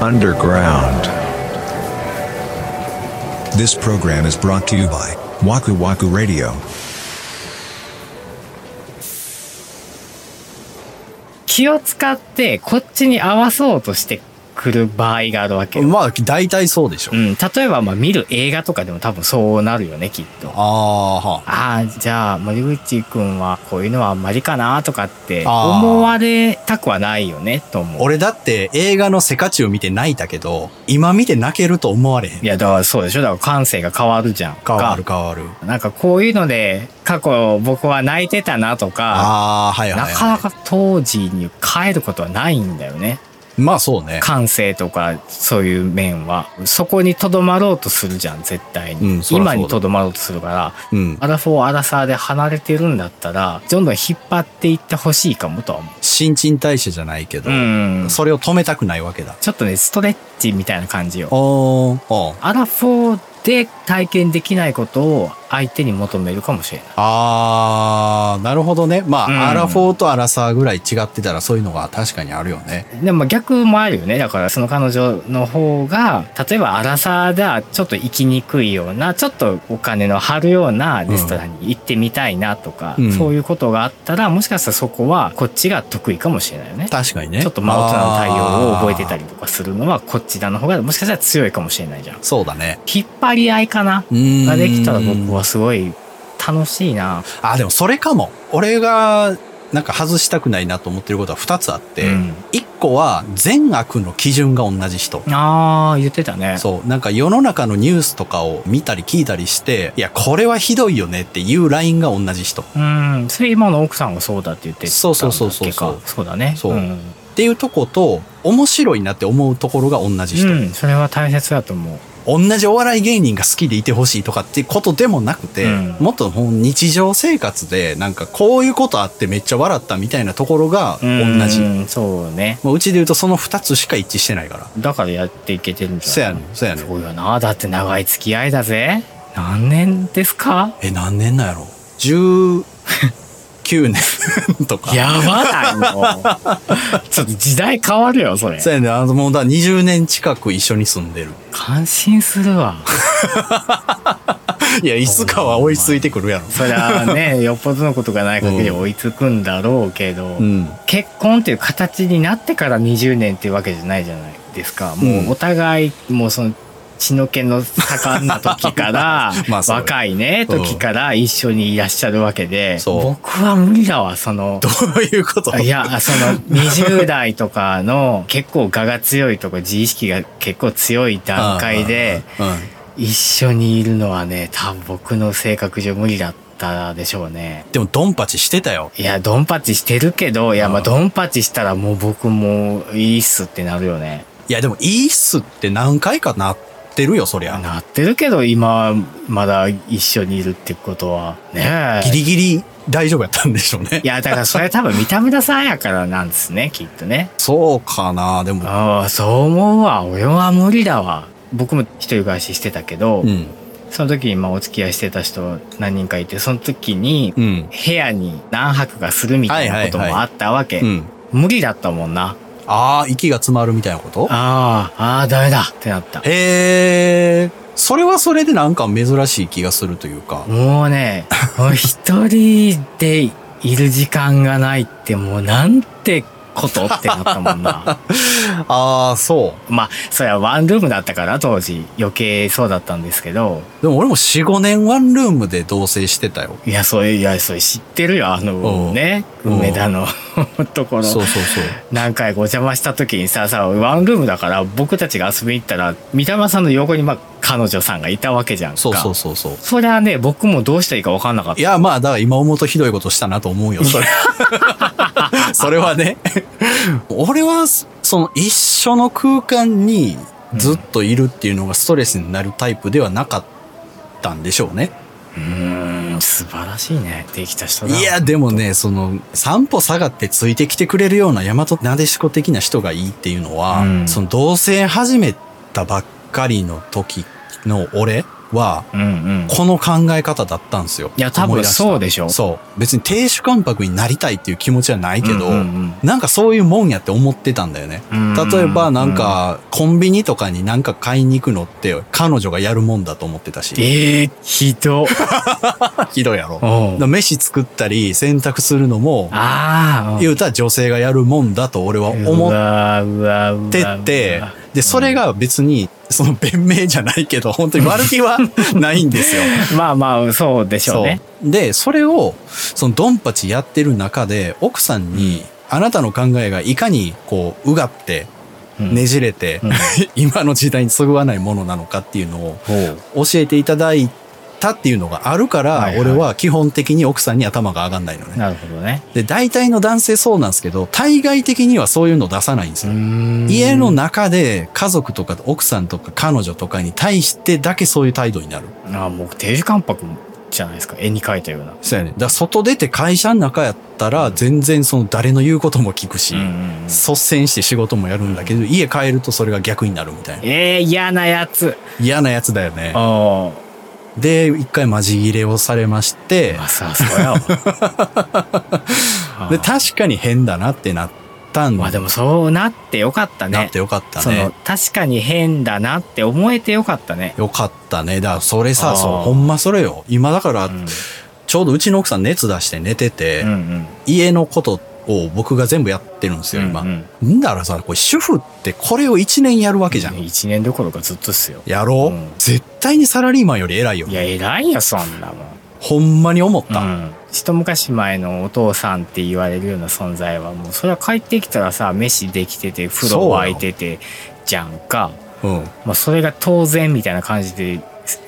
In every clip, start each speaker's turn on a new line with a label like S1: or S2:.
S1: underground.
S2: This program is brought to you by Waku Waku Radio.
S3: 気を使ってこっちに合わそうとしてくる場合があるわけよ。
S4: まあ、大体そうでしょ。
S3: うん。例えば、まあ、見る映画とかでも多分そうなるよね、きっと。あ
S4: ああー、はあ。
S3: あー、じゃあ、森口くんはこういうのはあんまりかなとかって
S4: あー
S3: 思われたくはないよね、と思う。
S4: 俺だって映画の世界中を見て泣いたけど、今見て泣けると思われへん
S3: い。や、だからそうでしょだから感性が変わるじゃん。
S4: 変わる変わる。
S3: がなんかこういうので、過去僕は泣いてたなとか、
S4: ああ、はいはい、
S3: な
S4: はい。
S3: かなか当時に帰ることはないんだよね。
S4: まあそうね。
S3: 感性とかそういう面はそこにとどまろうとするじゃん絶対に、
S4: うんそりゃそうだ
S3: 今にとどまろうとするから
S4: うん。
S3: アラフォーアラサーで離れてるんだったらどんどん引っ張っていってほしいかもとは思
S4: 新陳代謝じゃないけど、
S3: う、うん、
S4: それを止めたくないわけだ。
S3: ちょっとねストレッチみたいな感じよ
S4: おーおー
S3: アラフォーで体験できないことを相手に求めるかもしれない
S4: あー、なるほどね。まあ、
S3: うん
S4: アラフォーとアラサーぐらい違ってたらそういうのが確かにあるよね。
S3: でも逆もあるよねだからその彼女の方が例えばアラサーではちょっと行きにくいようなちょっとお金の張るようなレストランに行ってみたいなとか、
S4: うん
S3: そういうことがあったらもしかしたらそこはこっちが得意かもしれないよね。
S4: 確かにね。
S3: ちょっと真大人の対応を覚えてた
S4: り。
S3: りとかするのはこっちらの方がもしかしたら強いかもしれないじゃん。
S4: そうだね。
S3: 引っ張り合いかな
S4: うーん
S3: ができたら僕はすごい楽しいな。
S4: あ、でもそれかも。俺が、なんか外したくないなと思ってることは2つあって、
S3: うん
S4: 1個は善悪の基準が同じ人。
S3: あー言ってたね。
S4: そう。なんか世の中のニュースとかを見たり聞いたりして、いや、これはひどいよねっていうラインが同じ人。っ
S3: うん。それ今の奥さんがそうだって言ってたんだっけか。
S4: そうそうそうそうそう
S3: そうだね。
S4: そうんていうとこと、面白いなって思うところが同じ人。
S3: うん、それは大切だと思う。
S4: 同じお笑い芸人が好きでいてほしいとかっていうことでもなくて、
S3: うん
S4: もっとほん日常生活で、なんかこういうことあってめっちゃ笑ったみたいなところが同じ。う
S3: うんそうね。
S4: うちで言うとその2つしか一致してないから。
S3: だからやっていけてるんじ
S4: そ
S3: ゃ
S4: や
S3: ない
S4: ねん、そやねん
S3: そうよな。だって長い付き合いだぜ。何年ですか
S4: え、何年なんやろ ?19 年とか。
S3: やば ないの。 ちょっと時代変わるよ、それ。
S4: そうやね。あの、もうだ、20年近く一緒に住んでる。
S3: 感心するわ。
S4: いや、いつかは追いついてくるやろ。
S3: そりゃ ね、よっぽどのことがない限り追いつくんだろうけど、
S4: うん。
S3: 結婚っていう形になってから20年っていうわけじゃないじゃないですか。も
S4: うん
S3: うお互い、もうその、血の気の盛んな時から
S4: まあそう
S3: 若いね
S4: うん
S3: 時から一緒にいらっしゃるわけで、
S4: そう
S3: 僕は無理だわその
S4: どういうこと
S3: いやその20代とかの 結構我が強いとか自意識が結構強い段階で
S4: うん。
S3: 一緒にいるのはね多分僕の性格上無理だったでしょうね。
S4: でも、ドンパチしてたよ。
S3: いやドンパチしてるけどいやま
S4: う
S3: あ
S4: ん
S3: ドンパチしたらもう僕もいいっすってなるよね。
S4: いや、でも、いいっすって何回かなってるよ、そりゃ。
S3: なってるけど今まだ一緒にいるってことはね
S4: ギリギリ大丈夫やったんでしょうね。
S3: いやだからそれは多分三田村さんやからなんですねきっとね。
S4: そうかな、でも。
S3: ああそう思うわ俺は無理だわ僕も一人暮らししてたけど、
S4: うん。
S3: その時にまあお付き合いしてた人何人かいてその時に
S4: うん。
S3: 部屋に何泊かするみたいなこと
S4: はいはい
S3: も
S4: はい
S3: あったわけ、
S4: うん。
S3: 無理だったもんな
S4: ああ、息が詰まるみたいなこと
S3: ああああダメだってなった
S4: へえ、それはそれでなんか珍しい気がするというか。
S3: もうね もう一人でいる時間がないってもうなんてことってなったも んな
S4: ああ、そ
S3: まあそりゃワンルームだったから当時余計そうだったんですけど
S4: う。でも俺も4、5年ワンルームで同棲してたよ。
S3: いや、そういう、いや、それ知ってるよ、あ
S4: う
S3: の
S4: ん
S3: ね、
S4: うん
S3: 梅田の ところ。
S4: そうそうそう。
S3: 何回かお邪魔した時にさ、さ、ワンルームだから僕たちが遊びに行ったら、三田村さんの横に、まあ、彼女さんがいたわけじゃんか。
S4: そうそうそうそう。
S3: そりゃね、僕もどうしたらいいか分かんなかっ
S4: い
S3: た。
S4: や、まあ、だから今思うとひどいことしたなと思うよ、それ。 それはね。俺は、その一緒の空間にずっといるっていうのがストレスになるタイプではなかったんでしょうね。
S3: うーん、素晴らしいね。できた人だ。
S4: い、や、でもね、その、三歩下がってついてきてくれるような大和なでしこ的な人がいいっていうのは、
S3: うん
S4: その同棲始めたばっかりの時の俺は、
S3: うんうん。
S4: この考え方だったんですよ。
S3: いや、多
S4: 思
S3: 分
S4: 出した
S3: そうでしょ。
S4: そう。別に亭主関白になりたいっていう気持ちはないけど、
S3: うんうん
S4: なんかそういうもんやって思ってたんだよね。
S3: うんうん
S4: 例えばなんか、コンビニとかになんか買いに行くのって彼女がやるもんだと思ってたし。
S3: ええひ ど。
S4: ひどいやろ。だか
S3: おう
S4: ら飯作ったり洗濯するのも、
S3: ああ。
S4: 言うたら女性がやるもんだと俺は思っ
S3: 思
S4: てて、で、それが別に、その弁明じゃないけど、本当に悪気はないんですよ。
S3: まあまあ、そうでしょうね。
S4: そうで、それを、そのドンパチやってる中で、奥さんに、あなたの考えがいかに、こう、うがって、
S3: うん
S4: ねじれて、
S3: うん
S4: 今の時代にそぐわないものなのかっていうのを
S3: ほう。
S4: 教えていただいたっていうのがあるから、
S3: はいはい
S4: 俺は基本的に奥さんに頭が上がんないのね。
S3: なるほどね。
S4: で、大体の男性そうなんですけど、対外的にはそういうの出さないんですよ。家
S3: 家
S4: の中で家族とか奥さんとか彼女とかに対してだけそういう態度になる。
S3: ああ、もう定時関白じゃないですか。絵に描いたような。
S4: そうやね。だから外出て会社の中やったら全然その誰の言うことも聞くし、
S3: うんうんうん
S4: 率先して仕事もやるんだけど、家帰るとそれが逆になるみたいな。
S3: ええ嫌なやつ。
S4: 嫌なやつだよね。
S3: あ
S4: で、一回マジ切れをされまして
S3: あ。、まあ、さあ、そうやわ。
S4: で、確かに変だなってなったん
S3: まあで
S4: だ。
S3: もそうなってよかったね。
S4: なってよかった
S3: その
S4: ね。
S3: 確かに変だなって思えてよかったね。
S4: よかったね。だからそれ
S3: あ
S4: さ、
S3: ー
S4: そう、ほんまそれよ。今だから、
S3: うん
S4: ちょうどうちの奥さん熱出して寝てて、
S3: うんうん。
S4: 家のことを僕が全部やってるんですよ、今。
S3: うんうん
S4: んだからさ、これ主婦ってこれを1年やるわけじゃん。
S3: 一年どころかずっとっすよ。
S4: やろう、
S3: うん
S4: 絶対にサラリーマンより偉いよ
S3: い。や、偉いよ、そんなもん。
S4: ほんまに思った。
S3: うん、一昔前のお父さんって言われるような存在はもうそれは帰ってきたらさ飯できてて風呂沸いててじゃんか
S4: うん。
S3: まあ、それが当然みたいな感じで、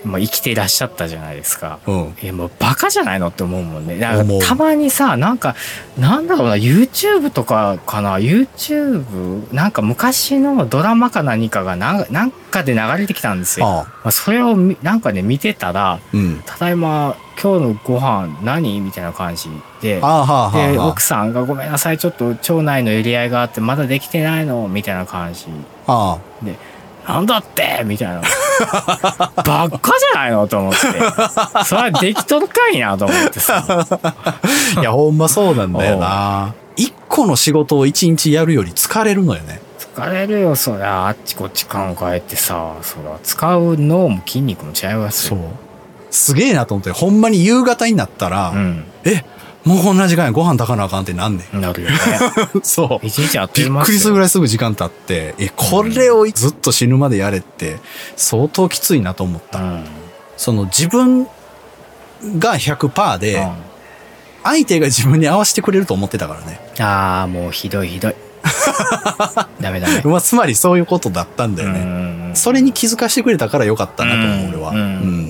S3: まあ、生きていらっしゃったじゃないですか。
S4: うん。
S3: えもうバカじゃないのって思うもんね。だか
S4: 思う
S3: らたまにさ、なんか、なんだろうな、YouTube とかかな、YouTube、なんか昔のドラマか何かがなんなんかで流れてきたんですよ。
S4: ああ
S3: まあ、それをみなんかね、見てたら、
S4: うん。
S3: ただいま、今日のご飯何みたいな感じで。
S4: あーはあは
S3: で
S4: あは
S3: 奥さんが「ごめんなさいちょっと町内の寄り合いがあってまだできてないの」みたいな感じ
S4: あ。あ
S3: で、なんだってみたいな。 ばっかじゃないのと思って。それはできとるかいなと思ってさ。
S4: あ。いや、ほんまそうなんだよな。一個の仕事を一日やるより疲れるのよね。
S3: 疲れるよ、そりゃ。あっちこっち考えてさ。そりゃ、使う脳も筋肉も違います
S4: そう
S3: よ。。
S4: すげえなと思って、ほんまに夕方になったら、
S3: うん。
S4: え、もうこんな時間やご飯炊かなあかんってなんねん。
S3: な るよね。
S4: そう。
S3: 一日あっと
S4: び
S3: いう
S4: っ
S3: 間
S4: くりするぐ
S3: らい。
S4: らいすぐ時間経って、え、これをずっと死ぬまでやれって、相当きついなと思っ
S3: う
S4: た。
S3: ん。
S4: その自分が100%で、
S3: うん
S4: 相手が自分に合わせてくれると思ってたからね。
S3: ああ、もうひどい ひどい。ダメダメ。
S4: まあ、つまりそういうことだったんだよね。
S3: うん
S4: それに気づかせてくれたからよかったなと思う、
S3: うん
S4: 俺は。
S3: うん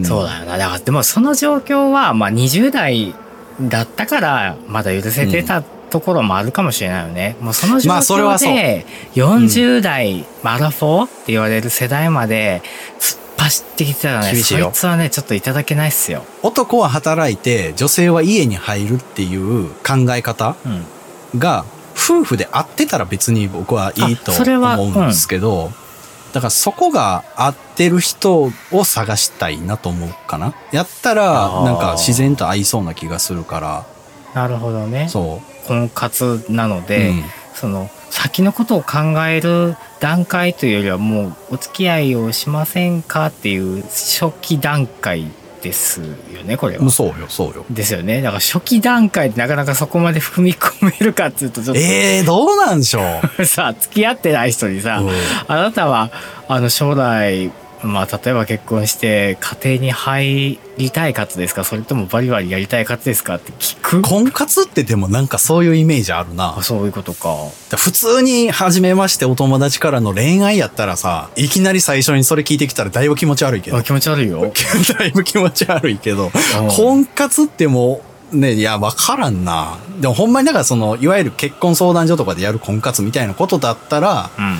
S4: ん
S3: そうだよな。だから、でもその状況は、まあ20代だったから、まだ許せてたところもあるかもしれないよね。もうその状
S4: まあそれは
S3: 況
S4: そう
S3: で、40代、アラフォーって言われる世代まで、突っ走ってきてたらね、
S4: 厳しい
S3: そ
S4: よ
S3: いつはね、ちょっといただけないっすよ。
S4: 男は働いて、女性は家に入るっていう考え方
S3: うん。
S4: が、夫婦で合ってたら別に僕はいいと
S3: あそれは
S4: 思うんですけど、だからそこが合ってる人を探したいなと思うかな。やった
S3: あ
S4: ら、
S3: ー
S4: なんか自然と合いそうな気がするから、
S3: なるほどね。
S4: そ
S3: 婚活なの
S4: う。
S3: で、
S4: うん
S3: その先のことを考える段階というよりはもうお付き合いをしませんかっていう初期段階ですよねこれは
S4: もう。そうよ、そうよ。
S3: ですよねだから初期段階でなかなかそこまで踏み込めるかっていうとちょっ
S4: ええー、どうなんでし ょう。
S3: と さ付き合ってない人にさ、
S4: うん
S3: あなたはあの将来まあ例えば結婚して家庭に入りたい方ですかそれともバリバリやりたい方ですかって聞く
S4: 婚活ってでもなんかそういうイメージあるな
S3: あ。そういうことか。
S4: 普通に初めましてお友達からの恋愛やったらさ、いきなり最初にそれ聞いてきたらだいぶ気持ち悪いけど
S3: あ。気持ち悪い よ。
S4: だいぶ気持ち悪いけど
S3: うん、
S4: 婚活ってもう、ね、いや、わからんな。でもほんまにだからその、いわゆる結婚相談所とかでやる婚活みたいなことだったら、
S3: うん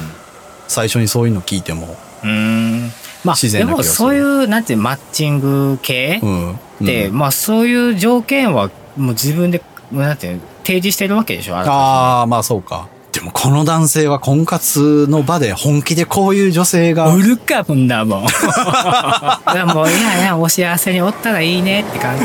S4: 最初にそういうの聞いても、
S3: うーんまあ、
S4: 自
S3: で
S4: 然な気
S3: も
S4: がする
S3: そういう、なんていうマッチング系
S4: う、ん。
S3: で、
S4: うん
S3: まあそういう条件はもう自分で、もうなんていうの提示してるわけでしょあなた
S4: ああ、まあそうか。でもこの男性は婚活の場で本気でこういう女性が
S3: 売るか、こんな もん。もう、いやいや、お幸せにおったらいいねって感じ。